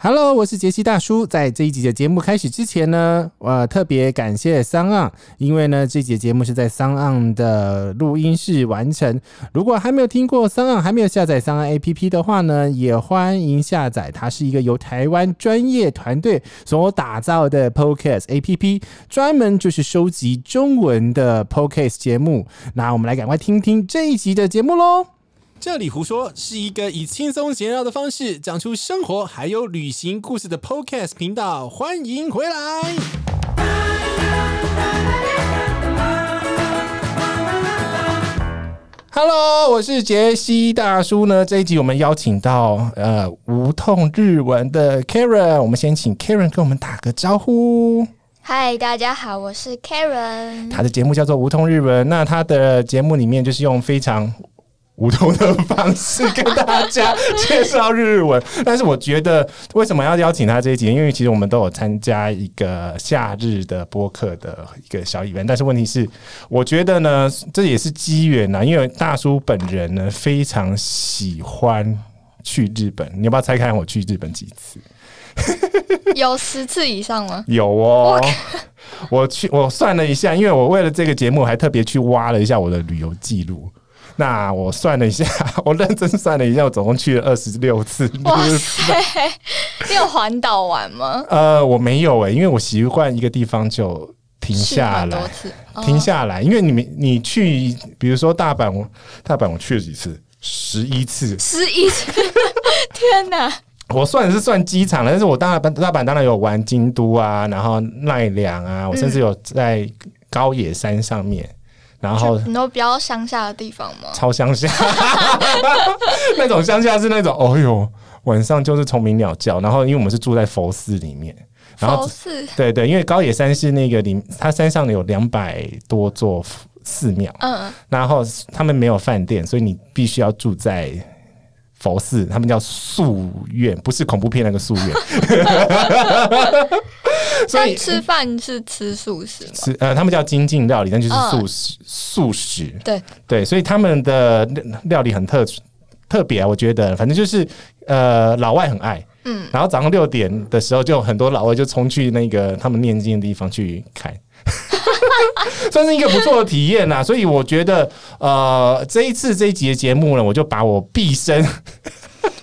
Hello，我是杰西大叔。在这一集的节目开始之前呢，呃，特别感谢桑岸，因为呢，这集节目是在桑岸的录音室完成。如果还没有听过桑岸，还没有下载桑岸 APP 的话呢，也欢迎下载。它是一个由台湾专业团队所打造的 Podcast APP，专门就是收集中文的 Podcast 节目。那我们来赶快听听这一集的节目喽。这里胡说是一个以轻松闲聊的方式讲出生活还有旅行故事的 Podcast 频道，欢迎回来。Hello，我是杰西大叔呢。这一集我们邀请到呃无痛日文的 Karen，我们先请 Karen 跟我们打个招呼。嗨，大家好，我是 Karen。他的节目叫做《无痛日文》，那他的节目里面就是用非常无痛的方式跟大家介绍日文。但是我觉得为什么要邀请他这一集？因为其实我们都有参加一个夏日的播客的一个小 event，但是问题是，我觉得呢，这也是机缘呐，因为大叔本人呢非常喜欢。去日本，你要不要猜看我去日本几次？ 有十次以上吗？有哦，我去，我算了一下，因为我为了这个节目还特别去挖了一下我的旅游记录。那我算了一下， 我认真算了一下，我总共去了二十六次。 哇塞，你有环岛玩吗？ 呃，我没有诶、因为我习惯一个地方就停去下蛮来多，次，哦停下来。因为你们你去，比如说大阪，我大阪我去了几次？十一次，十一次。 天哪！我算是算机场了，但是我大阪大阪当然有玩京都啊，然后奈良啊，我甚至有在高野山上面，然后你都比较乡下的地方吗？超乡下， 那种乡下是那种，哦呦，晚上就是虫鸣鸟叫，然后因为我们是住在佛寺里面，然后佛寺，对对，因为高野山是那个里，它山上有两百多座寺庙，嗯，然后他们没有饭店，所以你必须要住在佛寺，他们叫宿院，不是恐怖片那个宿院。所嗯但以吃饭是吃素食吗？是呃，他们叫精进料理，但就是嗯素食、素食。对对，所以他们的料料理很特特别啊，我觉得，反正就是呃，老外很爱。嗯，然后早上六点的时候，就有很多老外就冲去那个他们念经的地方去看， 算是一个不错的体验啊啦。所以我觉得，呃，这一次这一集的节目呢，我就把我毕生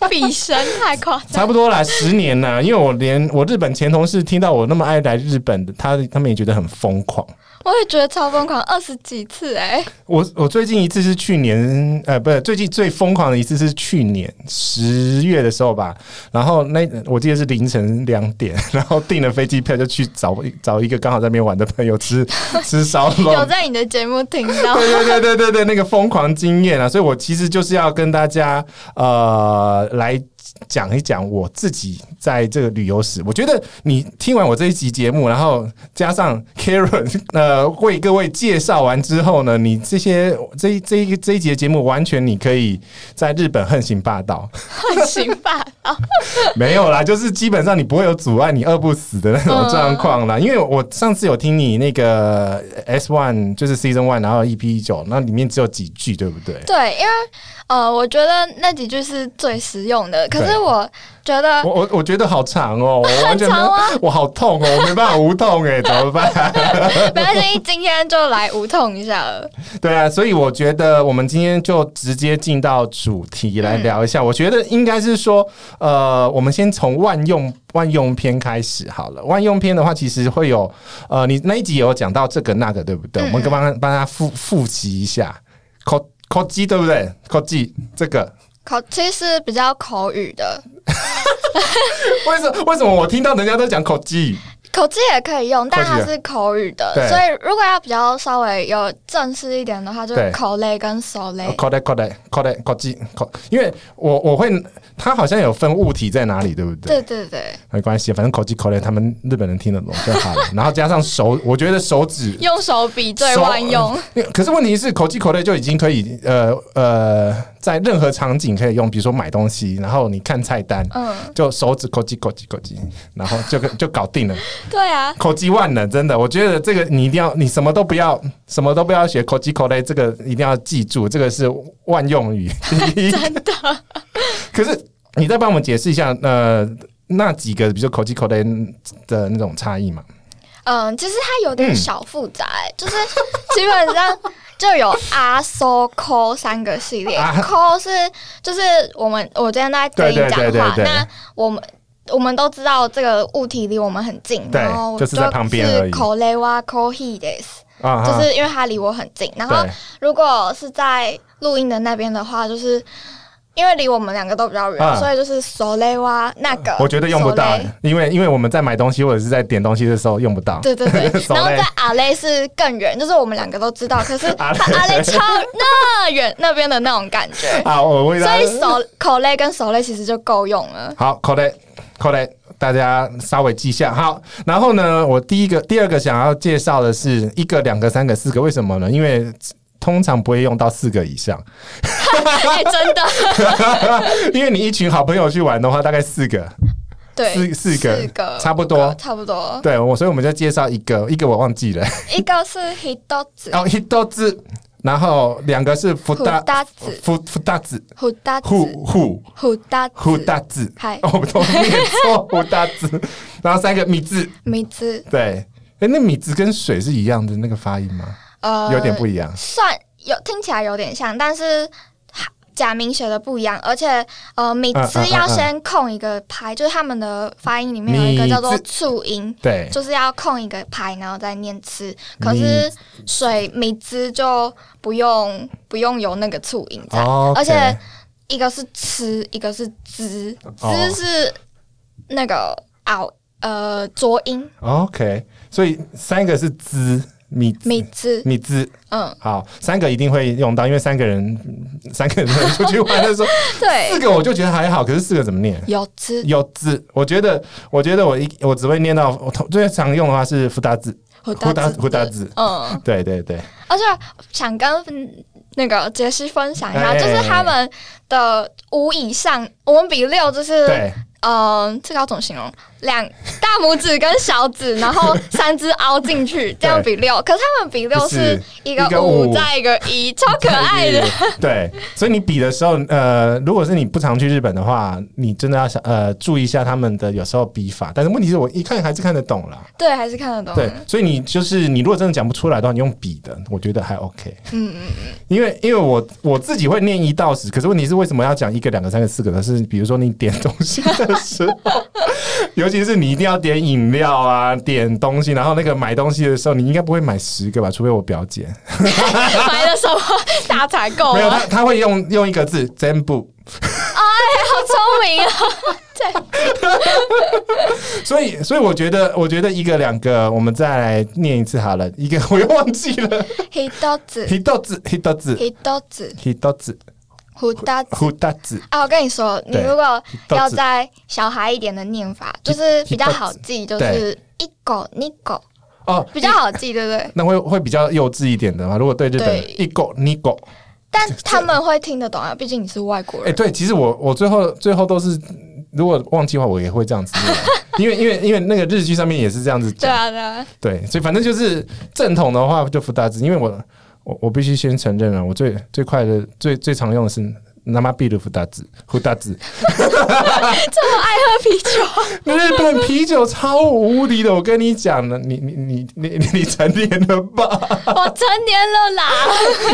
比神太夸张。差不多啦，十年啦，因为我连我日本前同事听到我那么爱来日本的，他他们也觉得很疯狂。我也觉得超疯狂，二十几次哎、我我最近一次是去年，呃，不是最近最疯狂的一次是去年十月的时候吧。然后那我记得是凌晨两点，然后订了飞机票就去找找一个刚好在那边玩的朋友吃吃烧有肉。在你的节目听到。对对对对对对，那个疯狂经验啊！所以我其实就是要跟大家呃来讲一讲我自己在这个旅游史。我觉得你听完我这一集节目，然后加上 Karen 呃为各位介绍完之后呢，你这些这一这一这一集的节目，完全你可以在日本横行霸道，很行 吧？哦没有啦，就是基本上你不会有阻碍，你饿不死的那嗯种状况啦。因为我上次有听你那个 S One，就是 Season One，然后 EP 九，那里面只有几句，对不对？对，因为呃，我觉得那几句是最实用的。可对是我觉得我我我觉得好长哦，我完全没有呃很长啊，我好痛哦，我没办法无痛哎，怎么办？ 没关系，今天就来无痛一下了。对啊，所以我觉得我们今天就直接进到主题来聊一下。我觉得应该是说，呃，我们先从万用万用篇开始好了。万用篇的话，其实会有呃，你那一集有讲到这个那个，对不对？我们帮他帮他复复习一下。口口技对不对？口技这个口其实比较口语的，为什么为什么我听到人家都讲口技？口技也可以用，但它是口语的啊对，所以如果要比较稍微有正式一点的话，就对是口类跟手类。口袋口袋口袋口技口，哦因为我我会它好像有分物体在哪里，对不对？对对对，没关系，反正口技口令他们日本人听得懂就好了。然后加上手，我觉得手指。用手比最手万用。可是问题是，口技口令就已经可以，呃呃，在任何场景可以用，比如说买东西，然后你看菜单，嗯，就手指口技口技口技，然后就就搞定了，对啊，口技万能，真的。我觉得这个你一定要，你什么都不要，什么都不要学口技口令，这个一定要记住，这个是万用语。 真的。 可是你再帮我们解释一下，呃，那几个，比如说口技口袋的那种差异嘛。嗯，其实它有点小复杂、欸，就是基本上就有阿、so、抠三个系列啊，抠是就是我们我今天在对跟你对讲对对话，对那我们。我们都知道这个物体离我们很近，对然后就是在旁边而已口雷哇，口 he des，啊就哈，是因为它离我很近。然后对如果是在录音的那边的话，就是因为离我们两个都比较远，嗯所以就是手雷哇那个，我觉得用不到欸 Soleil，因为因为我们在买东西或者是在点东西的时候用不到。，对对对 Soleil 然后在阿雷是更远，就是我们两个都知道，可是阿他雷，阿雷超那远那边的那种感觉啊，我为所大家以手口雷跟手雷其实就够用了。好，口袋口袋，大家稍微记一下。好，然后呢，我第一个、第二个想要介绍的是一个、两个、三个、四个，为什么呢？因为通常不会用到四个以 上，哎，真的，因为你一群好朋友去玩的话，大概四个， 对，四四个四个差不五多个差不多。对我，所以我们就介绍一个，一个我忘记了，一个是黑豆子，然后一豆子，然后两个是福虎大大子，福福大子，虎大子，户户虎大子，户大子，嗨哦，我们都念错户大子，然后三个米字，米字，对，哎，那米字跟水是一样的那个发音吗？呃，有点不一样。算有听起来有点像，但是哈假名写的不一样，而且嗯呃，米字要先空一个拍，就是他们的发音里面有一个叫做米促音，对，就是要空一个拍，然后再念吃。可是水米字就不用不用有那个促音在，哦，OK 而且一个是吃，一个是滋，哦滋是那个拗呃浊音 OK，所以三个是滋米字米字，米字，嗯，好，三个一定会用到，因为三个人 嗯三个人出去玩 的时候，四对，个我就觉得还好，可是四个怎么念？有滋有字，我觉得，我觉得我一我只会念到我通最常用的话是福大字，胡胡大字胡大字，嗯。对对对，而且想跟嗯那个杰西分享一下，哎就是他们的五以上，我们比六就是，对，嗯、这个要怎么形容？两大拇指跟小 指，然后三只凹进去，这样比六。可是他们比六是一一个个五五再一个 一，超可爱的。对，所以你比的时候，呃，如果是你不常去日本的话，你真的要想呃注意一下他们的有时候笔法，但是问题是我一看还是看得懂啦，对，还是看得懂。对，所以你就是你如果真的讲不出来的话，你用笔的，我觉得还 OK。嗯嗯，因为因为我我自己会念一到十，可是问题是为什么要讲一个、两个、三个、四个呢？是比如说你点东西的时候，尤其是你一定要点饮料啊、点东西，然后那个买东西的时候，你应该不会买十个吧？除非我表姐， 买了什么大采 购没有啊？她她会用用一个字全部，好聪明啊！ 所以所以我觉得我觉得一个两个，我们再来念一次好了，一个 我又忘记 了，黑豆子，黑豆子黑豆子黑豆子，黑豆子胡大子。胡大子啊，我跟你说，你对如果豆要子在小孩一点的念法，就是比较好记，豆就子是一狗一狗哦，比较好记，对不对？那会会比较幼稚一点的嘛？如果对日本人对一狗你狗，但他们会听得懂啊，毕竟你是外国哎、人。对，其实我我最后最后都是，如果忘记的话，我也会这样子念因为因为因为那个日剧上面也是这样子对讲，啊，对啊， 对，所以反正就是正统的话就福大字，因为我我我必须先承认了，啊我最最快的最最常用的是。南妈秘鲁福大字，福大字，这么爱喝啤酒，日本啤酒超无敌的，我跟你讲了，你你你你你你成年了吧？我成年了啦。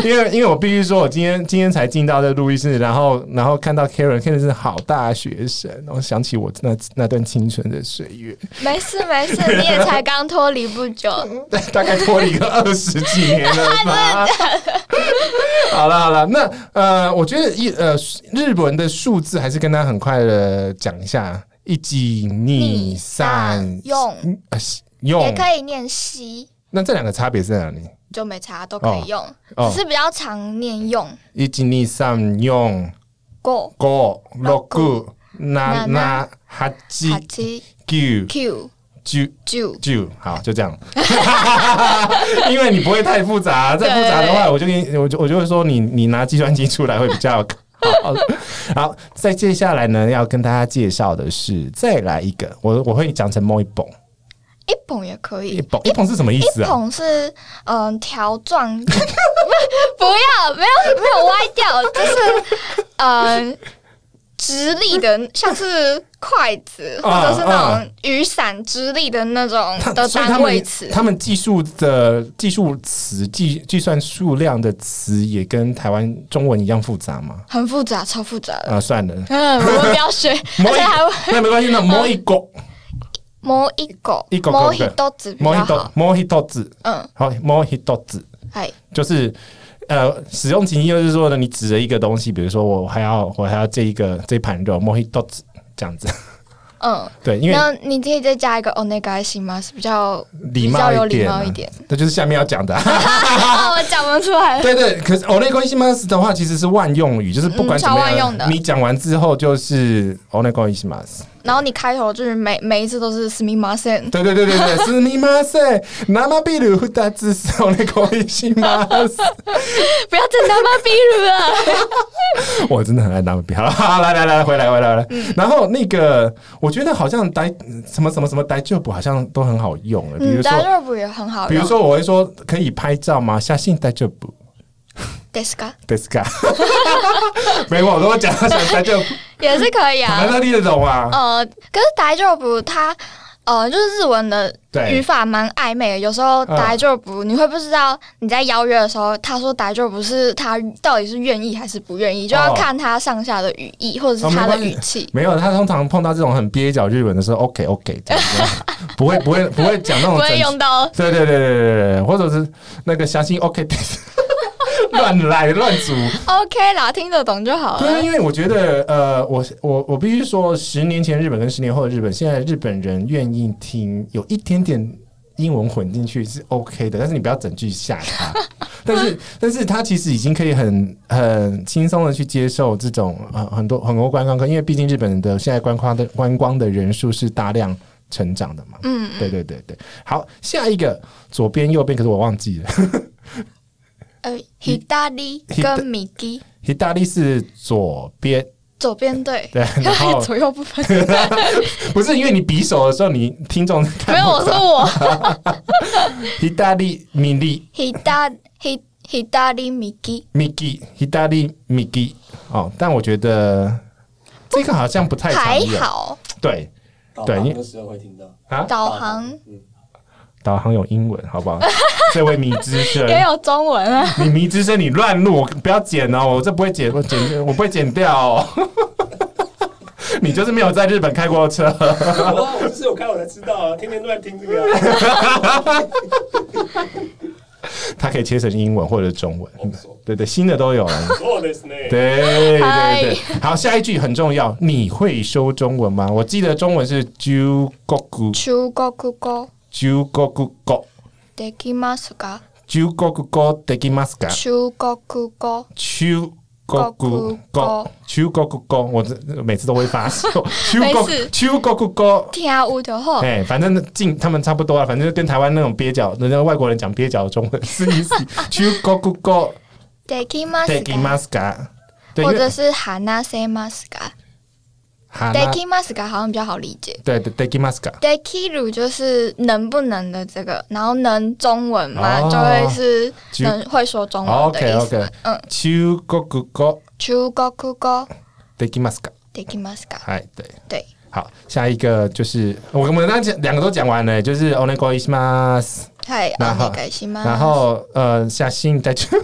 因为因为我必须说，我今天今天才进到这录音室，然后然后看到 Karen，Karen 是好大学生，然后想起我那那段青春的岁月，没事没事，你也才刚脱离不久。 大大概脱离个二十几年了吧。好了好了，那呃，我觉得一呃日文的数字还是跟他很快的讲一下，一几逆三用呃也用，可以念西，那这两个差别是在哪里？就没差，都可以用，哦只是比较常念用一几逆三用。 go 五、六、七七、八、哈九、七 q 九、九。九，好，就这样。 因为你不会太复杂，再复杂的话，我就跟你，我就我就会说你，你拿计算机出来会比较好。好，再接下来呢，要跟大家介绍的是，再来一个，我我会讲成 mo 一蹦一捧也可以一，蹦一蹦是什么意思一啊？桶是嗯条状， 不不要没有没有歪掉，就是嗯直立的，像是筷子啊或者是那种雨伞之类的那种他的所以单他位们词。啊他们计数的计数词计计算数量的词也跟台湾中文一样复杂吗？很复杂，超复杂 的。啊、算了，嗯，我们不要学，摸而一且还会那没关系，那摸一个，摸一狗，一狗摸狗对一豆子 比摸较一豆好。，摸一豆子，嗯，好，摸一豆子，哎，就是呃，使用情境就是说呢，你指着一个东西，比如说我还要我还要这一个这一盘肉，摸一豆子这样子， 嗯，对，因为那你可以再加一个 o n e g a 行吗？是比较礼比较貌有一礼点貌啊一点。 这就是下面要讲的、 啊，我讲不出来了。对对，可是 o n e g o i s m a s 的话其实是万用语，就是不管嗯怎超么万样，用的你讲完之后就是 o n e g o i s m a s 然后你开头就是每每一次都是 s m i m a s e n 对对对对 对，是密码塞，那么比如大致是 o n e g o i s m a s 不要再拿妈比如了。 我真的很爱拿笔。好了， 好来来来，回来回来回来。嗯然后那个，我觉得好像呆什么什么什么呆旧补好像都很好用 了，比如说，嗯，大热不也很好比用。如说我会说可以拍照吗？写信呆旧补ですか d e s k 没有，我都讲到想呆旧补，也是可以啊难。道听得懂啊？呃，可是大丈夫它呃就是日文的对语法蛮暧昧的，有时候嗯大丈夫你会不知道你在邀约的时候，他说大丈夫是他到底是愿意还是不愿意，就要哦看他上下的语义或者哦是他没的关系语气。没有，他通常碰到这种很蹩脚日文的时候，OK OK，这样 子不会不会不会讲那种不会整用到对对对对对对，或者是那个相信 OK，乱来乱组。 OK 啦，听得懂就好对啊，了。因为我觉得，呃，我我我必须说，十年前日本跟十年后的日本，现在日本人愿意听有一点点英文混进去是 OK 的，但是你不要整句吓 他。但是，但是他其实已经可以很很轻松的去接受这种呃很多很多观光客，因为毕竟日本的现在观光的观光的人数是大量成长的嘛。嗯，对对对对，好，下一个左边右边，可是我忘记了，呃，hidari 跟 migi 意大利是左边，左边对，对，然后左右不分。不是因为你比手的时候，你听众看没有，我说 我意大利米利 hidari hid hidari migi 米基，意大利米基哦，但我觉得这个好像不太常还有，好，对，导对航因的时候会听到。啊，导航，嗯，导航有英文，好不好？ 这位米之生，也有中文啊。你迷之声，你乱录，我不要剪哦，我这不会剪，我剪我不会剪掉哦。 你就是没有在日本开过车， 哦，我就是有看我才知道啊，天天都在听这个啊。它可以切成英文或者中文没错，对对，新的都有了。哦，对是呢。对对嗨对，好，下一句很重要，你会说中文吗？我记得中文是 ju goku 中国語 ju goku go できますか ju goku go d e k i m a s k a 中国語 ju goku go goku-go ju goku go，我这每次都会发错 ju 没 goku 事 ju goku go。听有就好。哎、反正进他们差不多啊，反正就跟台湾那种蹩脚，人家外国人讲蹩脚的中文是意思。去 go go go できま take す it m か a s k a 对，因或为者是話せますか哈で拉きますか好像比较好理解。对对 take it m a s k a できる就是能不能的这个，然后能中文嘛，哦就会是中能会说中文的意思嘛。 OK，OK 嗯，去 go go go 中国語 take it m a s k a できますか？哎，对。对，好，下一个就是我我们那讲两个都讲完了，就是 o n e g o i s m a s はい、然后お願いします。然后呃，下信再去。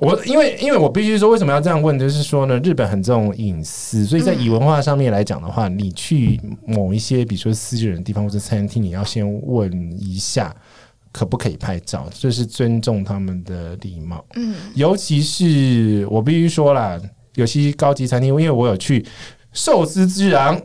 我因为因为我必须说，为什么要这样问？就是说呢，日本很重隐私，所以在以文化上面来讲的话，你去某一些比如说私人的地方或者餐厅，你要先问一下可不可以拍照，这、是尊重他们的礼貌。嗯，尤其是我必须说啦，有些高级餐厅，因为我有去寿司之郎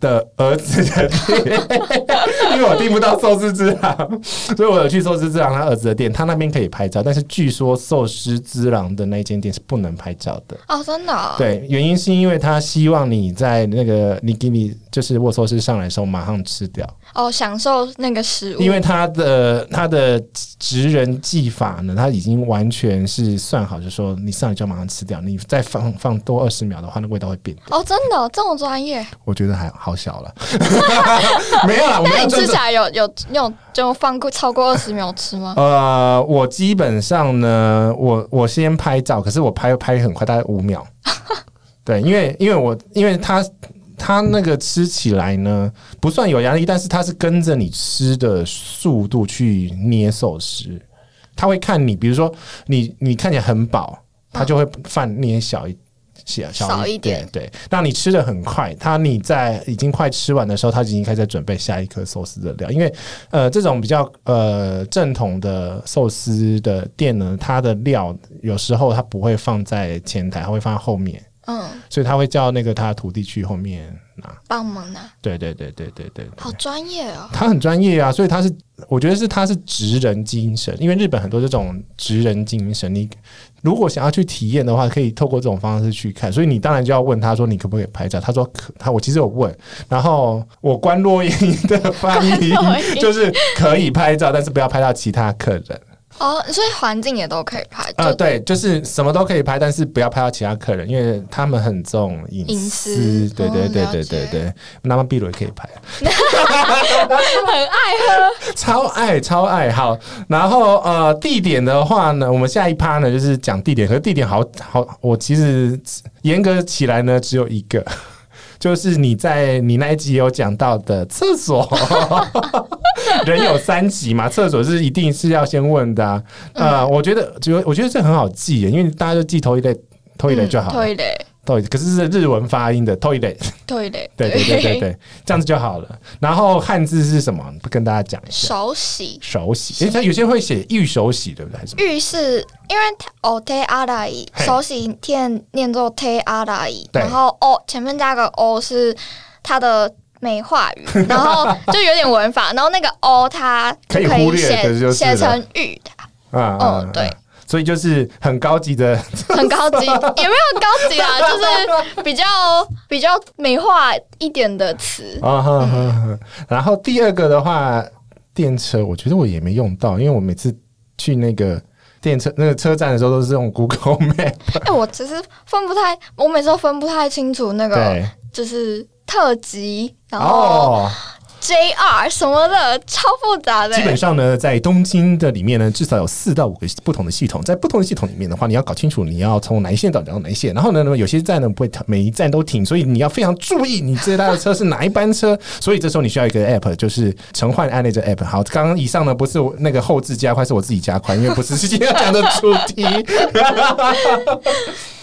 的儿子的店， 因为我订不到寿司之郎， 所以我有去寿司之郎他儿子的店，他那边可以拍照，但是据说寿司之郎的那间店是不能拍照的。哦，真的哦，对，原因是因为他希望你在那个你给你就是握寿司上来的时候马上吃掉，哦，享受那个食物，因为他的呃他的职人技法呢，他已经完全是算好，就说你上来就马上吃掉，你再放放多二十秒的话，那味道会变。哦，真的哦这么专业，我觉得还好小了， 没有啦，我们那要你尊吃起重。来有有有就放过超过二十秒吃吗？ 呃，我基本上呢，我我先拍照，可是我拍拍很快，大概五秒。对，因为因为我因为它它那个吃起来呢不算有压力，但是它是跟着你吃的速度去捏寿司，它会看你，比如说你你看起来很饱，它就会饭捏小一。小少嗯一一点，对，让你吃的很快。它你在已经快吃完的时候，它已经开始在准备下一颗寿司的料。因为呃，这种比较呃正统的寿司的店呢，它的料有时候它不会放在前台，它会放在后面，嗯，所以他会叫那个他的徒弟去后面拿。帮忙拿，对对对对对对好对，专业哦。他很专业啊，所以他是我觉得是他是职人精神，因为日本很多这种职人精神，你如果想要去体验的话，可以透过这种方式去看。所以你当然就要问他说你可不可以拍照，他说可，他我其实有问，然后我关洛英的翻译关洛英就是可以拍照，但是不要拍到其他客人。哦，所以环境也都可以拍，呃，就对，就是什么都可以拍，但是不要拍到其他客人，因为他们很重隐隐私私。对对哦对了对对解对，那么碧螺也可以拍，很爱喝。 超爱超爱。好，然后呃，地点的话呢，我们下一趴呢就是讲地点，可是地点好好，我其实严格起来呢只有一个。 就是你在你那一集有讲到的厕所， 人有三级嘛，厕所是一定是要先问的、啊。嗯呃，我觉得，觉得我觉得这很好记耶，因为大家就记头一类，头一类就好了。退嘞，对，可是是日文发音的 toilet， 退嘞，对对对对，对，这样子就好了。然后汉字是什么？跟大家讲一下。手洗手洗，诶，他有些会写玉手洗，对不对？还是什么？浴室，因为它哦 te arai 嘿手洗念念作 te arai，对然后 o 前面加个 o 是它的美化语，然后就有点文法，然后那个 o 它可就以可忽以略的写就是了写成浴的，啊、嗯哦对。所以就是很高级的，很高级，也没有很高 级啊，就是比较比较美化一点的词。啊哈哈哈。然后第二个的话，电车，我觉得我也没用到，因为我每次去那个电车那个车站的时候，都是用 Google Map。哎、我其实分不太，我每次都分不太清楚那个对，就是特级，然后哦， JR 什么的，超复杂的、基本上呢，在东京的里面呢，至少有四到五个不同的系统。在不同的系统里面的话，你要搞清楚你要从哪一线到哪一线。然后呢，有些站呢不会停每一站都停，所以你要非常注意你这搭的车是哪一班车。所以这时候你需要一个 app，就是陈焕安那这 app。好，刚刚以上呢不是我那个后置加快，是我自己加快，因为不是今天要讲的主题。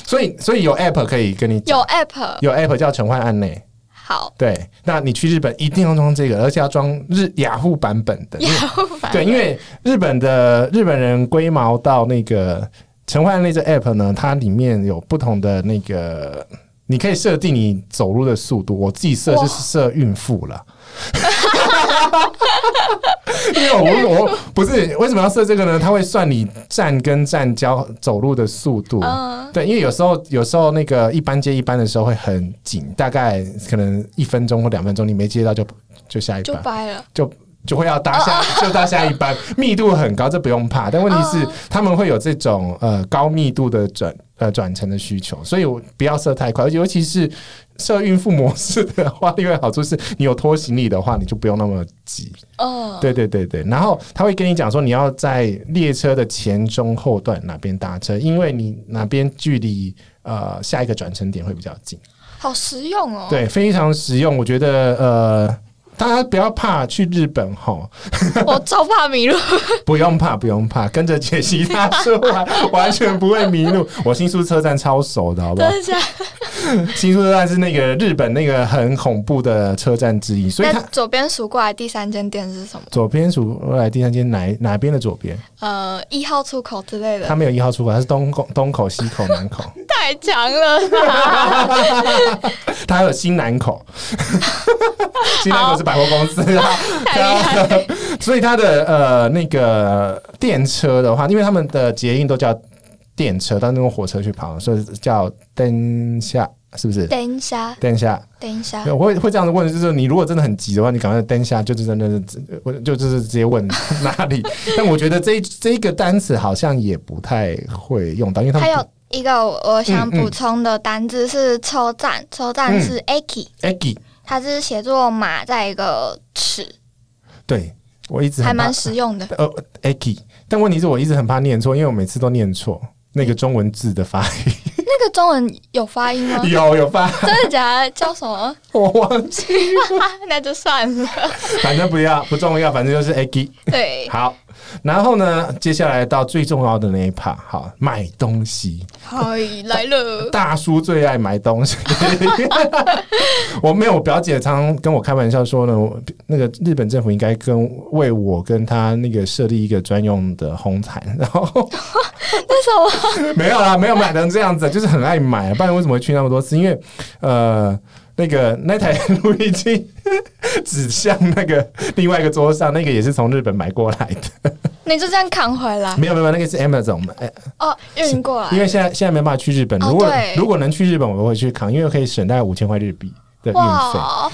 所以，所以有 app 可以跟你有讲， app 有 app 叫陈焕安内。好对，那你去日本一定要装这个，而且要装日雅虎版本的，因为雅虎版对，因为日本的日本人龟毛到那个陈焕那只 app 呢，它里面有不同的那个，你可以设定你走路的速度。我自己设哇是设孕妇了。 因为我我不是为什么要设这个呢？它会算你站跟站交走路的速度。嗯对，因为有时候有时候那个一班接一班的时候会很紧，大概可能一分钟或两分钟，你没接到就就下一就班。掰了，就就会要搭下，就搭下一班，密度很高，这不用怕。但问题是，他们会有这种呃高密度的转呃转乘的需求，所以我不要设太快，而且尤其是设孕妇模式的话，另外好处是你有拖行李的话，你就不用那么急。嗯，对对对对，然后他会跟你讲说你要在列车的前中后段哪边搭车，因为你哪边距离呃下一个转乘点会比较近。好实用哦。，对，非常实用。我觉得呃，大家不要怕去日本哈，我超怕 迷路，不用怕，不用怕，跟着解析大叔玩，完全不会迷路。我新宿车站超熟的，好不好真？的假的？新宿车站是那个日本那个很恐怖的车站之一，所以那它左边数过来第三间店是什么？左边数过来第三间哪哪边的左边？呃，一号出口之类它的，没有一号出口，它是东口、东口、西口、南口，太强了啦。它还有新南口。 新南口是百货公司啊， 所以它的呃那个电车的话，因为他们的捷运都叫电车，但是用火车去跑，所以叫灯下，是不是？等一下，等一下，等一下对，我会会这样子问，就是你如果真的很急的话，你赶快等一下，就是真的是，我就就是直接问哪 里。但我觉得这一这一个单词好像也不太会用到，因为他还们有一个我我想嗯嗯补充的单字是车站，车站是 aki，、 eggy，它是写作马在一个尺，对我一直很还怕蛮实用的。呃 eggy，但问题是我一直很怕念错，因为我每次都念错那个中文字的发音。那个中文有发音 吗？有有发，真的假的？叫什么？我忘记， 那就算了。反正不要不重要，反正就是 A G。对，好，然后呢，接下来到最重要的那一 part，好，买东西。好来了。大叔最爱买东西。 我没有，我表姐常常跟我开玩笑说呢，我那个日本政府应该跟为我跟他那个设立一个专用的红毯，然后那什么？没有啦，没有买成这样子，就是很爱买，不然为什么会去那么多次？因为呃。那个那台录音机指向那个另外一个桌上，那个也是从日本买过来的。你就这样扛回来？没有没有，那个是 Amazon 买，哎哦，运过来因。为现在现在没办法去日本。哦如果对如果能去日本，我会去扛，因为可以省大概五千块日币的运费。哇，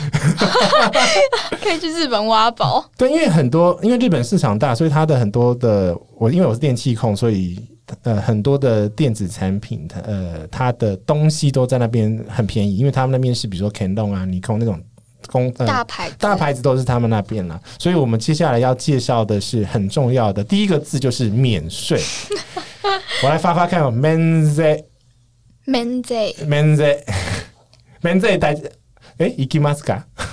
可以去日本挖宝。对，因为很多，因为日本市场大，所以它的很多的，我因为我是电器控，所以呃很多的电子产品，它呃它的东西都在那边很便宜，因为他们那边是比如说 Canon 啊、尼康那种公呃嗯大牌子大牌子都是他们那边啦，所以我们接下来要介绍的是很重要的第一个字，就是免 税。我来发发看哦 m e n z e ，Man Day， m e n z e m e n z e 大家，哎 i k i m a s k a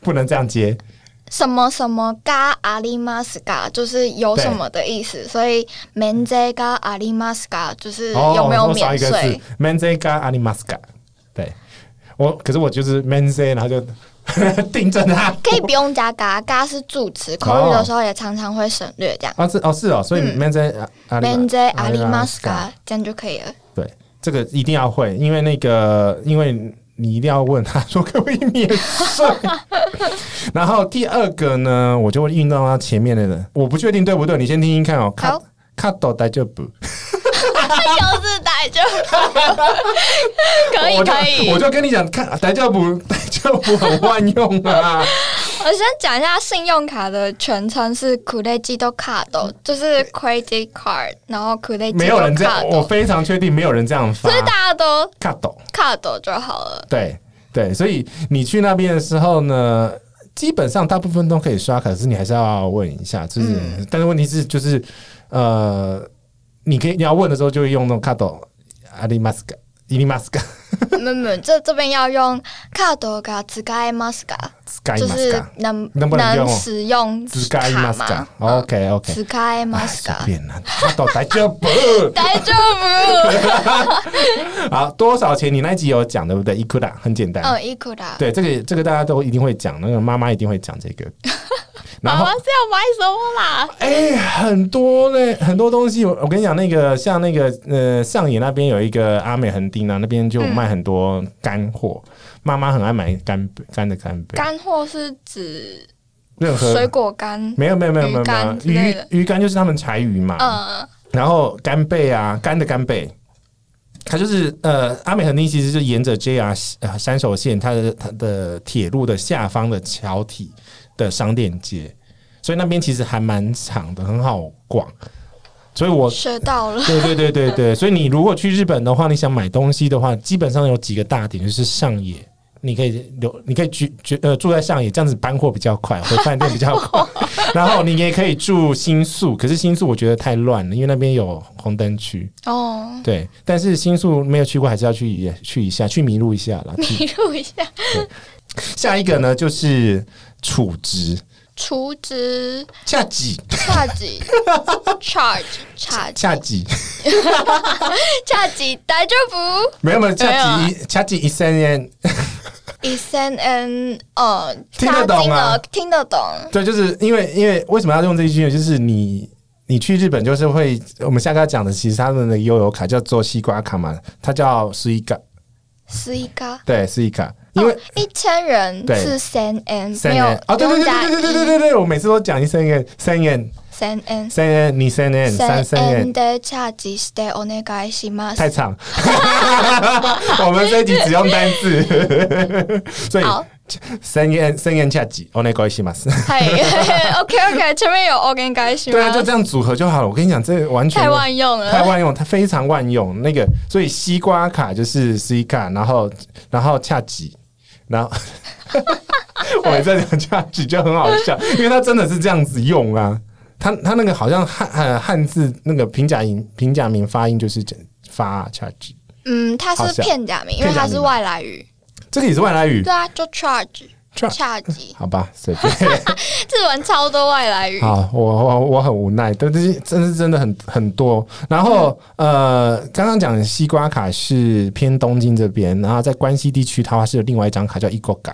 不能这样接。什么什么嘎阿里马斯嘎，就是有什么的意思。所以 Man Day 嘎阿里马斯嘎就是有没有哦我少免一个税字？？Manzega animasca，对我，可是我就是 Manze，然后就 订正它。可以不用加嘎，嘎是助词，口语的时候也常常会省略这样。啊，是哦，是哦，所嗯以 Manze Man animasca， Day 阿里马斯嘎，这样就可以了。对，这个一定要会，因为那个，因为你一定要问他说可不可以免税。 然后第二个呢，我就会运动到前面的人，我不确定对不对，你先听听看哦。好卡到大就不， 就是打就可以我就可以我。就跟你讲，看大就不，大就不很万用啊。我先讲一下信用卡的全称是 Credito Card，就是 Credit Card，然后 Credito 没有人这样，我 Card，非常确定没有人这样发所。以大家都卡抖， Card 就好了。对对，所以你去那边的时候呢，基本上大部分都可以刷卡，可是你还是要问一下，就是，嗯但是问题是就是，呃，你可以你要问的时候就会用那种卡抖阿里马斯卡。伊里马斯卡、没有没有，这这边要用 Card 噶 s k y m a s k a 斯卡伊就马斯是卡、能能不能哦用使用斯卡伊马斯卡卡吗。嗯，OK OK， s k y m a 哎 s 随 k a 便啦，卡抖来就不。大丈夫。 好，多少钱？你那一集有讲对不对？伊库达很简单，嗯，伊库达。对，这个这个大家都一定会讲，那个妈妈一定会讲这 个。然妈后妈是要买什么啦？哎、很多嘞，很多东西。我我跟你讲，那个像那个呃，上野那边有一个阿美横丁啊，那边就嗯卖很多干货。妈妈很爱买干贝干的干贝，干货是指任何水果干。没有没有没有没有鱼干之没有类鱼的鱼干就是他们柴鱼嘛，嗯，然后干贝啊，干的干贝。它就是呃，阿美横丁其实就沿着 JR 呃山手线它的它的铁路的下方的桥体的商店街，所以那边其实还蛮长的，很好逛。所以我学到 了。对对对对对，所以你如果去日本的话，你想买东西的话，基本上有几个大点，就是上野，你可以留，你可以居居呃住在上野，这样子搬货比较快，回饭店比较快。然后你也可以住新宿，可是新宿我觉得太乱了，因为那边有红灯区。 哦，对，但是新宿没有去过，还是要去也去一下，去迷路一下啦。去你录一下。下一个呢就是储值。除值 下几 charge charge charge 下几 charge 大丈夫。没有没有下没几下几一三年，一三 n 呃，听得懂啊大金额听得懂。对，就是因为因为为什么要用这一句呢？就是你你去日本就是会，我们下个要讲的，其实他们的悠游卡叫做西瓜卡嘛，它叫 s u 卡，十一嘎，对 s u 卡，因为哦一千人对是三 n，三没有 N 哦，对不对用对加对对对对对一对，我每次都讲一三 N 三 N 三 n 三 N 你三 N 三三 n N。的 charge stay on 那个西吗？太 长，我们这一集只用单字， 所以好，三 N 三 N 恰吉，お願いします。嗨 ，OK OK，前面有 o n 该西吗？对啊，就这样组合就好了。我跟你讲，这完全太万用太了。万用，它非常万用。那个，所以西瓜卡就是 C 卡，然后然后恰吉，然后 我也在讲恰吉就很好笑，因为它真的是这样子用啊。它它那个好像汉呃汉字那个平假音平假名发音就是这发恰吉，嗯，它好是笑片假名，因片为假它名是嘛外来语。这个也是外来语对，啊，就 charge Char- charge，好吧，随便。日文超多外来语。好，我我我很无奈，但是真是真的很很多。然后呃，刚刚讲的西瓜卡是偏东京这边，然后在关西地区，它是有另外一张卡叫伊国卡。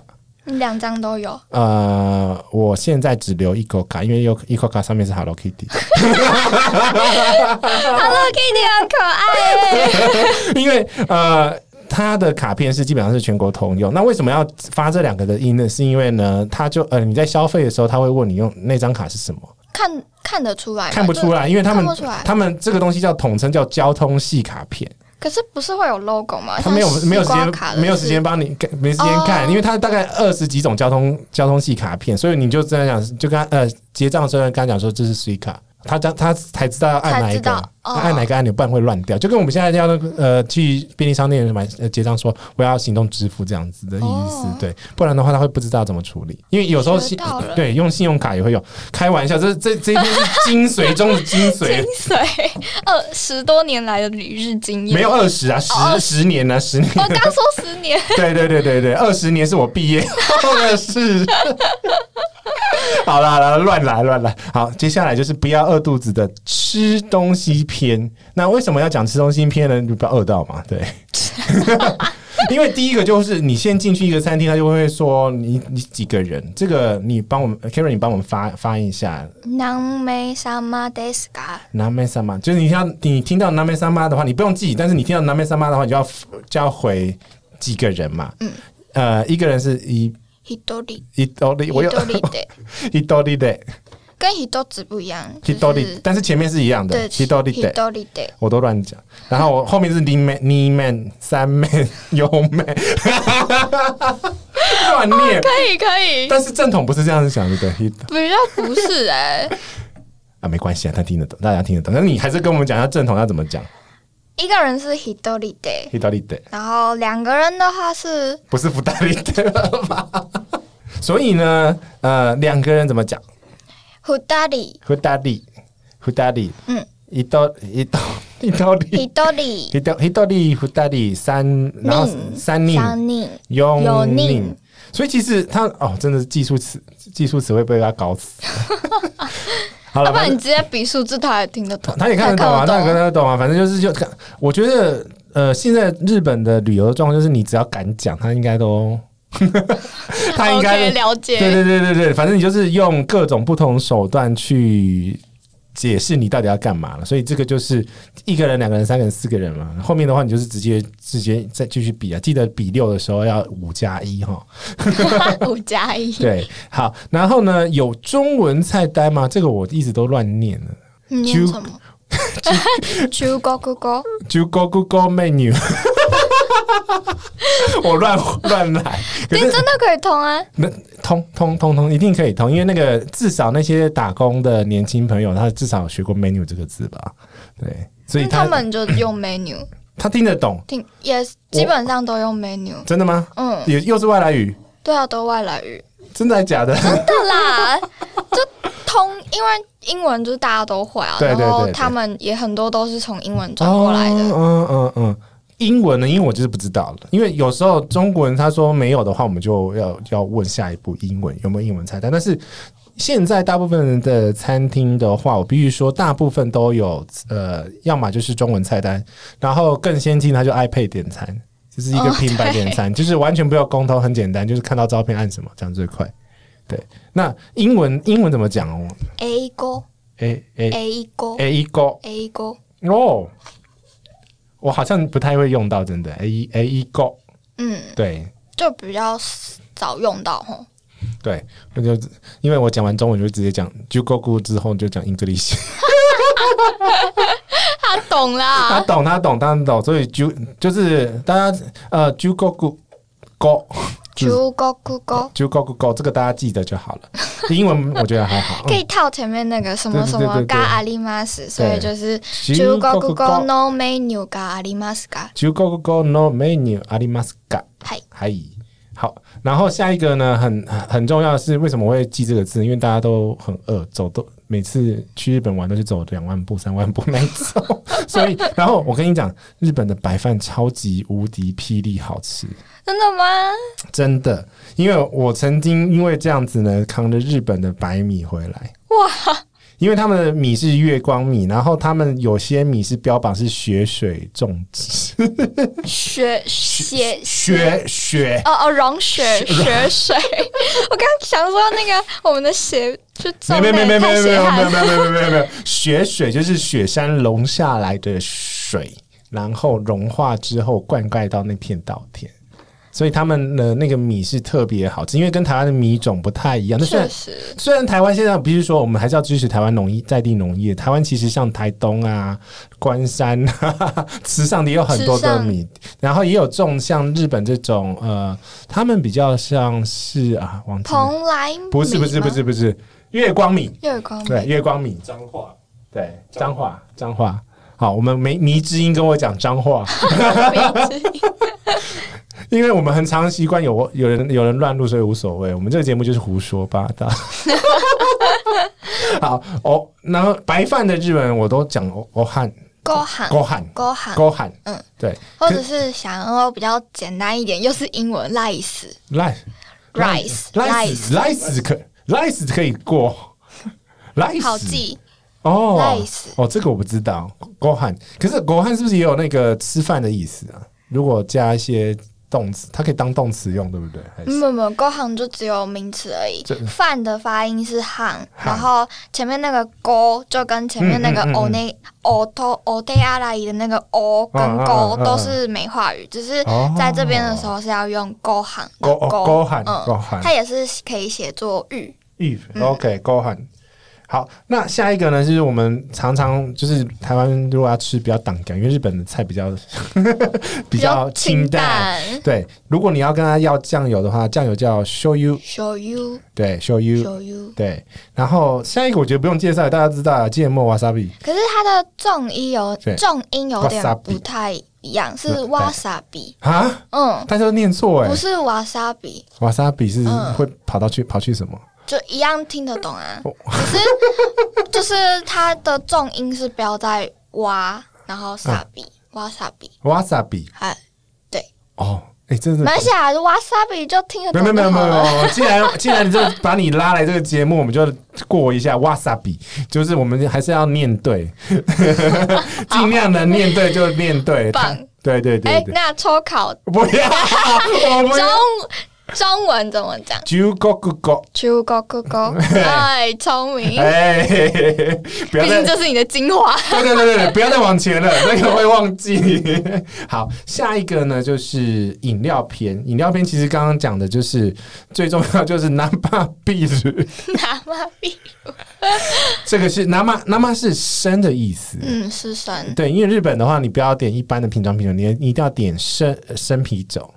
你两张都有，呃，我现在只留一口卡，因为有一口卡上面是 Hello Kitty， Hello Kitty 很可爱耶、因为呃。它的卡片是基本上是全国通用。那为什么要发这两个的音呢？是因为呢，它就呃你在消费的时候，他会问你用那张卡是什么，看看得出来吗，看不出就。来，因为他们看不出来他们这个东西叫统称叫交通系卡片。可是不是会有 logo 吗？他没有像西没有时瓜间卡的没有是时间帮你没时间看，哦因为他大概二十几种交通交通系卡片，所以你就这样讲，就跟他呃结账的时候跟他讲说这是 C 卡。他他他才知道要按哪一才知个，道哦他按哪个按钮，不然会乱掉。就跟我们现在要那个呃去便利商店买呃结账说我要行动支付这样子的意思，哦对，不然的话他会不知道怎么处理。因为有时候学信到了对用信用卡也会有，开玩笑，这这这一篇是精髓中的精髓 精， 髓，二十多年来的旅日经验。没有，二十啊，十哦十年啊，十年。我刚说十年， 对对对对对，二十年是我毕业 后的事。 好啦，好啦，乱来乱来。好，接下来就是不要饿肚子的吃东西篇。那为什么要讲吃东西篇呢？你不要饿到嘛，对。因为第一个就是你先进去一个餐厅，他就会说你你几个人，这个你帮我们 Karen，你帮我们发发音一下。南美什么 desu ka？南美三妈，就是你要你听到南美三妈的话，你不用记，但是你听到南美三妈的话，你就要就要回几个人嘛。嗯，呃，一个人是一一多里，一多利，我一有多里的， 一多利的，跟一多子不一样。一多利，但是前面是一样的嗯对，，一多利的，多里的，我都乱讲。然后我后面是 ni man、ni man、三 man、有 man，乱念。可以可以，但是正统不是这样子想的，对不对？比较不是哎、啊，没关系啊，他听得懂，大家听得懂。那你还是跟我们讲一下正统要怎么讲，一个人是 h i d o r i d 一多利的。然后两个人的话是不是福袋里的吧？ 所以呢，呃，两个人怎么讲？ h u d a r i 福袋里，福袋里，嗯，一刀一刀一刀 h i 里， d o r i 一刀一刀里，福袋里三，然后三令三宁，有用令令。所以其实他哦，真的是技术词技术词汇被他搞 死。好要了，啊不然反你正直接比数字，他也听得懂，他也看得懂啊，他也看得懂啊，反正就是就看。我觉得呃，现在日本的旅游状况就是，你只要敢讲，他应该 都， 他应 OK，该了解，对对对对对，反正你就是用各种不同手段去解释你到底要干嘛了。所以这个就是一个人、两个人、三个人、四个人嘛。后面的话你就是直接直接再继续比啊，记得比六的时候要五加一哈。 五加一，对，好，然后呢，有中文菜单吗？这个我一直都乱 念了。你嗯念 什么？中国歌，就 Go Go Go Menu，我乱乱来。可你是真的可以通啊！那通通通通一定可以通，因为那个至少那些打工的年轻朋友，他至少有学过 menu 这个字吧？对，所以那他他们就用 menu，他听得懂，听也基本上都用 menu。真的吗？嗯，也又是外来语，对啊，都外来语。真的还假的？对啦，就通，因为英文就是大家都会啊，对对对然后对他们也很多都是从英文转过来的。哦嗯嗯嗯。英文呢？因为我就是不知道了，因为有时候中国人他说没有的话，我们就要要问下一步英文有没有英文菜单。但是现在大部分的餐厅的话，我必须说大部分都有呃，要么就是中文菜单，然后更先进，它就 iPad 点餐，就是一个哦平板点餐，就是完全不要公投，很简单，就是看到照片按什么，这样最快。对，那英文英文怎么讲哦 A 歌？A A ，A 歌 A 一个。 ，A 歌哦，我好像不太会用到，真的。A 一 A 一 Go，嗯，对就比较少用到吼。对，我就因为我讲完中文就直接讲就 Go Go 之后就讲 English，、他懂 他啦，懂他懂他懂，所以就就是大家呃就 Go Go Go 就哦中国歌就 Go Go Go 这个大家记得就好 了。英文我觉得还好，嗯可以套前面那个什么什对对对么对对嘎阿里玛斯，所以就是中就国 Go 歌 Go 歌 Go no menu 嘎阿里玛斯嘎，就 Go Go Go No Menu ありますか？嗨，嗨，好，然后下一个呢，很很重要的是，为什么我会记这个字？因为大家都很饿，走都每次去日本玩都是走两万步、三万步那一种，所以然后我跟你讲，日本的白饭超级无敌霹雳好吃， 真的吗？真的，因为我曾经因为这样子呢，扛着日本的白米回来，哇，因为他们的米是月光米，然后他们有些米是标榜是雪水种植，雪雪雪雪哦哦，融雪雪水。 我刚刚想说那个我们的血就没重没没没没的太没没血有没有汗没有没有没有没有没有，雪水就是雪山融下来的水，然后融化之后灌溉到那片稻田，所以他们的那个米是特别好吃，因为跟台湾的米种不太一样。那虽然确实，虽然台湾现在不是说我们还是要支持台湾农业在地农业，台湾其实像台东啊、关山啊，池上的也有很多池个上米，然后也有种像日本这种呃，他们比较像是啊，忘记了蓬莱米不是不是不是吗不是月光米。月光米对，月光米，脏话，对，脏话，脏话。好，我们没迷之音跟我讲脏 话， 因为我们很常习惯有有人有人乱入，所以无所谓。我们这个节目就是胡说八 道。好哦，然后白饭的日文我都讲哦哦汉勾行勾汉勾行，勾汉，嗯，对，或者是想要比较简单一点，又是英文 rice 赖 rice 赖死 rice 赖死可赖死可以过，赖死好记哦 Rice 哦，这个我不知道。国汉，可是国汉是不是也有那个吃饭的意思啊？如果加一些动词，它可以当动词用，对不对？还是没有没有，勾行就只有名词而已这。饭的发音是行，行然后前面那个勾就跟前面那个嗯嗯嗯嗯欧内欧托欧对阿拉伊的那个欧跟嗯勾嗯嗯嗯都是美化语，只是哦在这边的时候是要用勾行勾的哦勾行勾行它也是可以写作玉。 if OK 国汉。好，那下一个呢？就是我们常常就是台湾如果要吃比较挡感，因为日本的菜比 较比较清淡。对，如果你要跟他要酱油的话，酱油叫 show you， ，show you 对 show you， show you，对。然后下一个我觉得不用介绍，大家知道啊，芥末 wasabi。可是它的重音有对重音有点 Wasabi 不太一样，是嗯对 wasabi，啊，嗯，大家都念错哎、不是 wasabi，瓦莎比是嗯会跑到去、跑去什么？就一样听得懂啊哦，只是就是它的重音是标在哇，然后傻啊逼哇傻逼，瓦莎比哎，哦，哎、真的蛮想哇傻逼就听得没懂哎有没有没有就没好有，没了。有既然既然你就把你拉来这个节目，我们就过一下瓦莎比，就是我们还是要念对， 尽量能念对就念对，棒对对对哎，对，那抽考不要，我不中要。中文怎么讲？九个哥哥，中国 哥哥，哎，聪明，哎，嘿嘿嘿不要毕再竟这是你的精华。对对对对，不要再往前了，那个会忘记。好，下一个呢就是饮料篇。饮料篇其实刚刚讲的就是最重要，就是 nama 碧乳，拿妈 逼，这个是 nama nama 是生的意思。嗯，是神，对，因为日本的话，你不要点一般的瓶装啤酒，你你一定要点生呃生啤酒。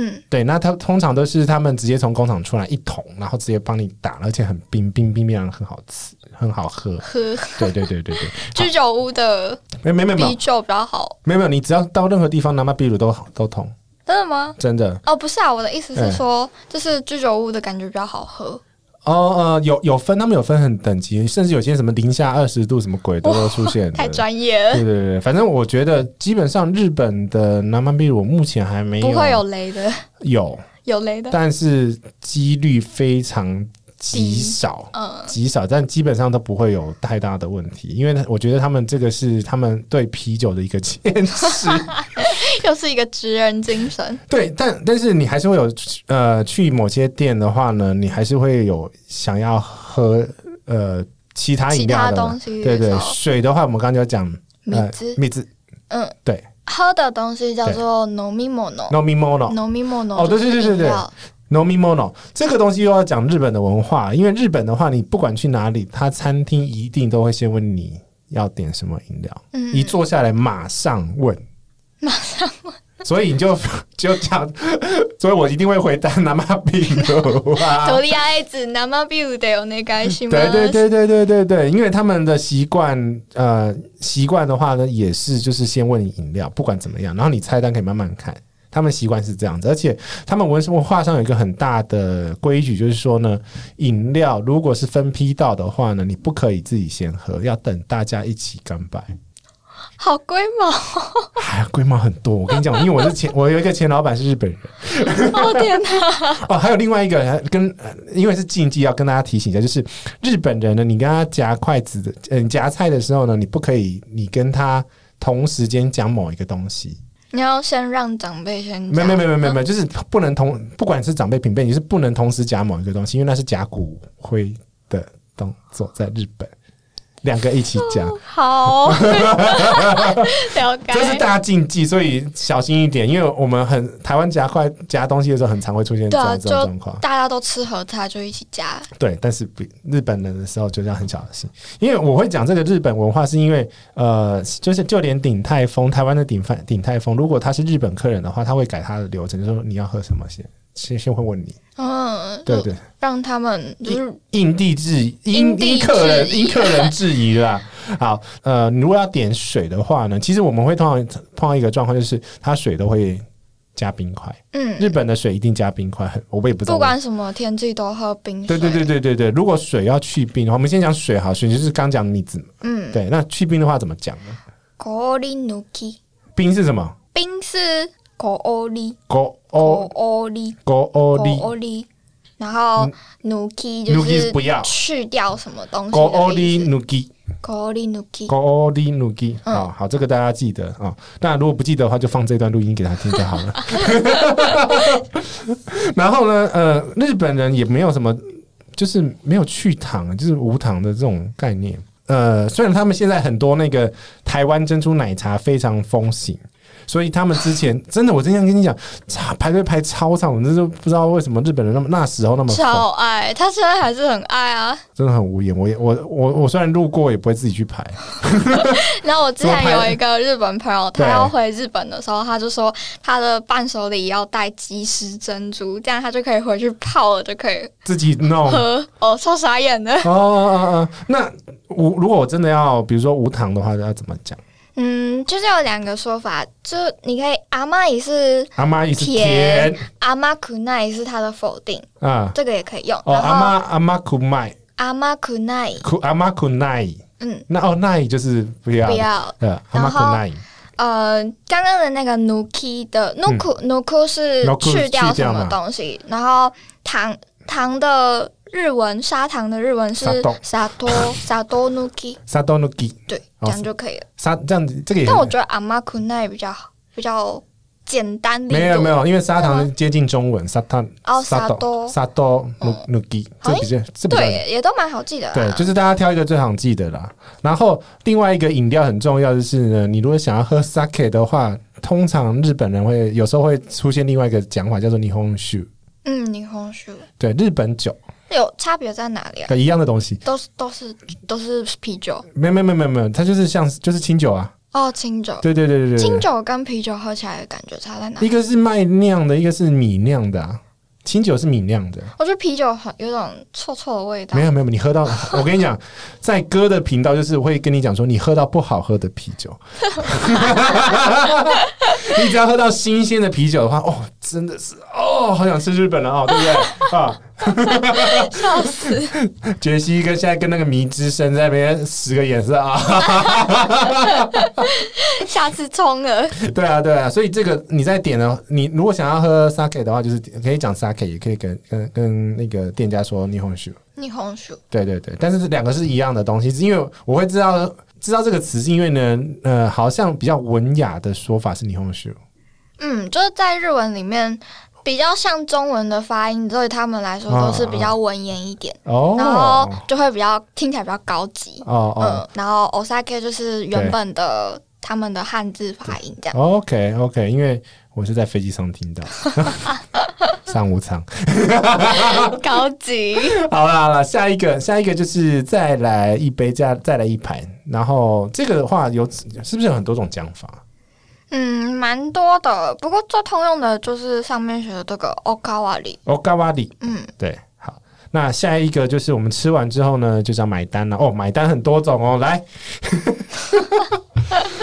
嗯，对，那它通常都是他们直接从工厂出来一桶，然后直接帮你打，而且很冰冰冰冰凉，很好吃，很好喝。喝对对对对对，居酒屋的没没没没啤有酒比较好，没有，你只要到任何地方 nama 啤酒都好都通，真的吗？真的。哦，不是啊，我的意思哎是说，就是居酒屋的感觉比较好喝。哦，呃，有有分，他们有分很等级，甚至有些什么零下二十度什么鬼都会出现太的。专业对对了，对，对反正我觉得基本上日本的南蛮啤，我目前还没有不会有雷的， 有，有雷的，但是几率非常极低少，嗯，极少，但基本上都不会有太大的问题，因为我觉得他们这个是他们对啤酒的一个坚 持。又是一个职人精神，对，但但是你还是会有呃，去某些店的话呢，你还是会有想要喝呃其他饮其料他的嘛东西对的时对，候水的话，我们刚刚就讲米呃汁米汁，嗯，对喝的东西叫做 nomi mono。 ，no mi mono。 nomi mono 哦对对对对对就是饮料 no mi mono 这个东西又要讲日本的文化，因为日本的话，你不管去哪里，他餐厅一定都会先问你要点什么饮料，嗯一坐下来马上问，马上问，所以你就 就讲，所以我一定会回答 nama b i とりあえず生ビールでお願いしま对す。对对对对对对，因为他们的习惯，呃，习惯的话呢，也是就是先问你饮料，不管怎么样，然后你菜单可以慢慢看。他他们习惯是这样子，而且他们文文化上有一个很大的规矩，就是说呢，饮料如果是分批倒的话呢，你不可以自己先喝，要等大家一起干杯。好龟毛！哎呀，龟毛很多，我跟你讲，因为我是前，我有一个前老板是日本人 哦天哪！哦，还有另外一个还跟，呃因为是禁忌，要跟大家提醒一下，就是日本人呢，你跟他夹筷子的，嗯、夹菜的时候呢，你不可以，你跟他同时间讲某一个东西。你要先让长辈先没讲。有没有没有没有没有，就是不能同，不管是长辈平辈，你是不能同时夹某一个东西，因为那是夹骨灰的动作，在日本两个一起夹，哦 好，了解。这是大禁忌，所以小心一点，因为我们很台湾夹筷夹东西的时候，很常会出现这对啊样这种就状况。大家都吃合菜就一起加，对，但是比日本人的时候就是要很小心，因为我会讲这个日本文化，是因为呃，就是就连鼎泰丰，台湾的鼎饭鼎泰丰，如果他是日本客人的话，他会改他的流程，就说你要喝什么先，先先会问你，嗯，对对，让他们就是因地制宜，因因因地客人制宜因客人制宜啦。好，呃，你如果要点水的话呢，其实我们会通常碰到一个状况，就是它水都会加冰块，嗯，日本的水一定加冰块，很我也不知道为什么。不管什么天气都喝冰对水。对对，对对对，如果水要去冰的话，我们先讲水好，水就是刚讲你子嗯，对，那去冰的话怎么讲呢？果里努基冰是什么？冰是果里狗果哦里狗哦哩果里，然后努基就嗯 Nuki 是是不要去掉什么东西狗哦的哩意思。努基果里努基，狗哦哩努基。嗯好好，这个大家记得啊。那如果不记得的话，就放这段录音给他听就好了。 然后呢，呃，日本人也没有什么，就是没有去糖，就是无糖的这种概念。呃，虽然他们现在很多那个台湾珍珠奶茶非常风行。所以他们之前真的，我真想跟你讲，超排队排超长，我真是不知道为什么日本人那么那时候那么疯超爱，他现在还是很爱啊。 真的很无言。我也我我我虽然路过，也不会自己去排。然后我之前有一个日本朋友，对他要回日本的时候，他就说他的伴手礼要带即食珍珠，这样他就可以回去泡了，就可以自己弄。哦喝。哦，超傻眼的。哦哦哦，那无如果我真的要，比如说无糖的话，要怎么讲？嗯，就是有两个说法，就你可以阿妈也是阿妈意思甜甜阿妈苦奈也是他的否定，啊，这个也可以用。哦，然阿后妈阿妈苦麦阿妈苦奈，苦阿妈苦奈，嗯，那哦奈就是不要不要。呃阿妈苦奈，呃，刚刚的那个 nuki 的嗯 nuku、nuku 是 nuku 去掉什么去掉嘛东西，然后糖糖的日文砂糖的日文是砂糖砂 多砂多 nuki，沙多努基对，哦这样就可以了。沙这样子这个也但我觉得阿妈kunai 比较好，比较简单的。没有没有，因为砂真的糖吗接近中文砂糖哦沙多砂沙多努哦努基，这好比较这比较对，也都蛮好记的啦。对，就是大家挑一个最好记的啦。然后另外一个饮料很重要，就是呢，你如果想要喝 sake 的话，通常日本人会有时候会出现另外一个讲法，叫做霓虹酒，嗯，柠檬树对，日本酒，有差别在哪里啊？对，一样的东西。都是都是都是啤酒没有没有没有没有没有，它就是像就是清酒啊，哦，清酒，对对对对对清对酒啊跟啤酒喝起来的感觉差在哪一？个是麦酿的，一个是米酿的、啊，清酒是米酿的。我觉得啤酒很有种臭臭的味道没。有没有，你喝到 我跟你讲，在哥的频道就是会跟你讲说，你喝到不好喝的啤酒，你只要喝到新鲜的啤酒的话，哦，真的是哦，好想吃日本了哦，对不对啊？笑死！ 杰西跟现在跟那个迷之声在那边使个眼色啊， 下次冲了。对啊对啊，所以这个你在点呢，你如果想要喝 sake 的话，就是可以讲 sake，也可以跟跟跟那个店家说霓虹酒。霓虹鼠对对对，但是这两个是一样的东西，是因为我会知道知道这个词，是因为呢，呃，好像比较文雅的说法是霓虹秀，嗯，就是在日文里面比较像中文的发音，对他们来说都是比较文言一点，啊哦然后就会比较听起来比较高级。哦哦、嗯，然后 osaka 就是原本的他们的汉字发音这样。 o k OK，因为我是在飞机上听到，商务舱。高级，好啦好啦，下一个下一个就是再来一杯加再来一盘，然后这个的话有是不是有很多种讲法？嗯，蛮多的。不过最通用的就是上面学的这个 okawa 里，哦，嘎瓦里，嗯，对，好。那下一个就是我们吃完之后呢，就是要买单了。哦，买单很多种 哦，来，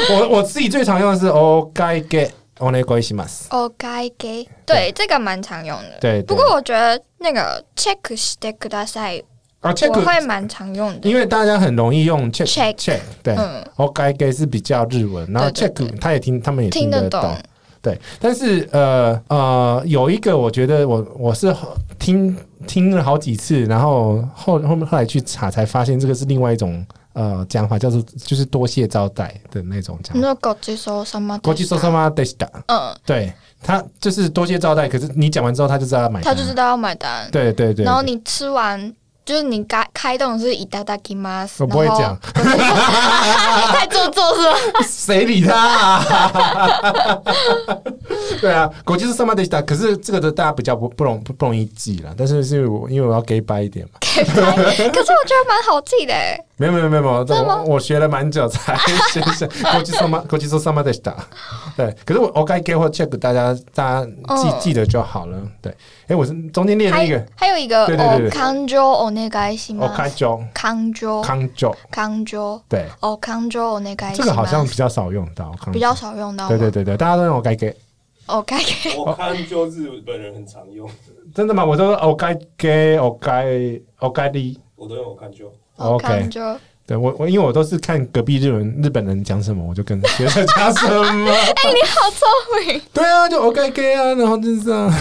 我我自己最常用的是哦该给お願いします。哦，该给对这个蛮常用的。对，对不过我觉得那个 checkしてください，啊我，check，会蛮常用的。因为大家很容易用 check Check check，对嗯， o k 给是比较日文，然后对 check 对对他也听，他们也听得得懂。对，但是呃呃，有一个我觉得我我是听听了好几次，然后后后面后来去查才发现，这个是另外一种呃讲法，叫做就是多谢招待的那种讲你法。说ごちそうさまでした，国际说什么 d e s t a 嗯，对他就是多谢招待，可是你讲完之后他就知道要买单，他就知道要买单。对对对，然后你吃完，就是你开开动是いただきます，我不 会讲， 太做作是吧？ 谁理他 啊？对啊，国际是上班得打，可是这个的大家比较不不容不不容易记了。但是是因为我因为我要 gay 掰一点嘛，可是我觉得蛮好记的欸，没有没有没有没有，真的吗我我学了蛮久才学 下国际上班国际上班得打。对，可是我 OK gay 或 check 大家大家记、嗯记得就好了。对，哎、我是中间列了一个还还有一个对对对对哦，感情お願いします OK 中感情康九，感情对，哦，感情お願いします。这个好像比较少用到，康比较少用到。哦对对。对对，大家都用 OK gay。 OK，我看就日本人很常用，真的吗？我都是 OK gay OK OK 的。我都用我看就。哦 OK 感情对我，我因为我都是看隔壁日本日本人讲什么，我就跟着学着讲什么。好聪明。对啊，就 OK gay 啊，然后就是这样，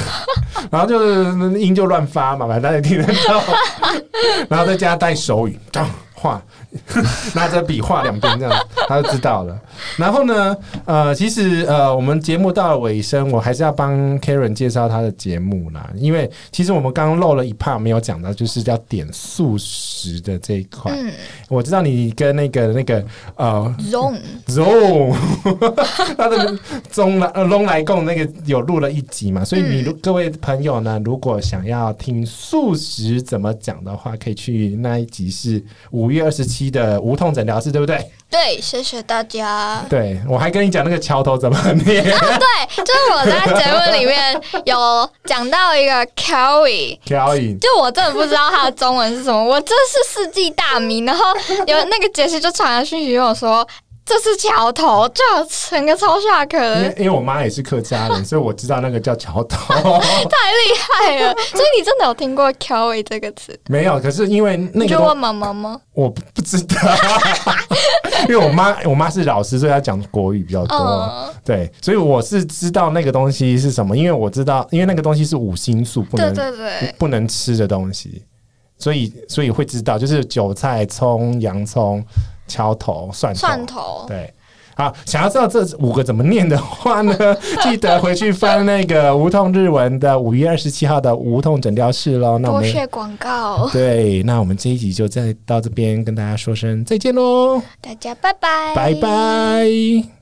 然后就是音就乱发嘛，反正大家也听得到。然后再加带手语，这样画， 拿着笔画两边这样，他就知道了。然后呢，呃，其实呃，我们节目到了尾声，我还是要帮 Karen 介绍她的节目啦，因为其实我们刚刚漏了一 part 没有讲到，就是要点素食的这一块。嗯我知道你跟那个那个呃，Zone。 Zong，他的中来呃龙来共那个有录了一集嘛，所以你如、各位朋友呢，如果想要听素食怎么讲的话，可以去那一集是五月二十七的无痛诊疗室，对不对？。对，谢谢大家 对我还跟你讲那个桥头怎么念 对，就是我在节目里面有讲到一个 Kelly。桥影，就我真的不知道它的中文是什么，我真是世纪大迷。然后有那个杰西就传来讯息跟我说这是桥头，就整个超下可因能为因为我妈也是客家人，所以我知道那个叫桥头， 太厉害了。所以你真的有听过 Kelly 这个词？没有，可是因为那你个就东问妈妈吗？我不不知道， 因为我妈我妈是老师，所以她讲国语比较多。嗯对，所以我是知道那个东西是什么，因为我知道，因为那个东西是五星素，不对能对对，不不能吃的东西，所以所以会知道，就是韭菜、葱、洋葱、荞头、蒜头，蒜头。对。好，想要知道这五个怎么念的话呢，记得回去翻那个无痛日文的五月二十七号的无痛诊疗室喽。那我多们谢广告，对，那我们这一集就再到这边跟大家说声再见喽，大家拜拜，拜拜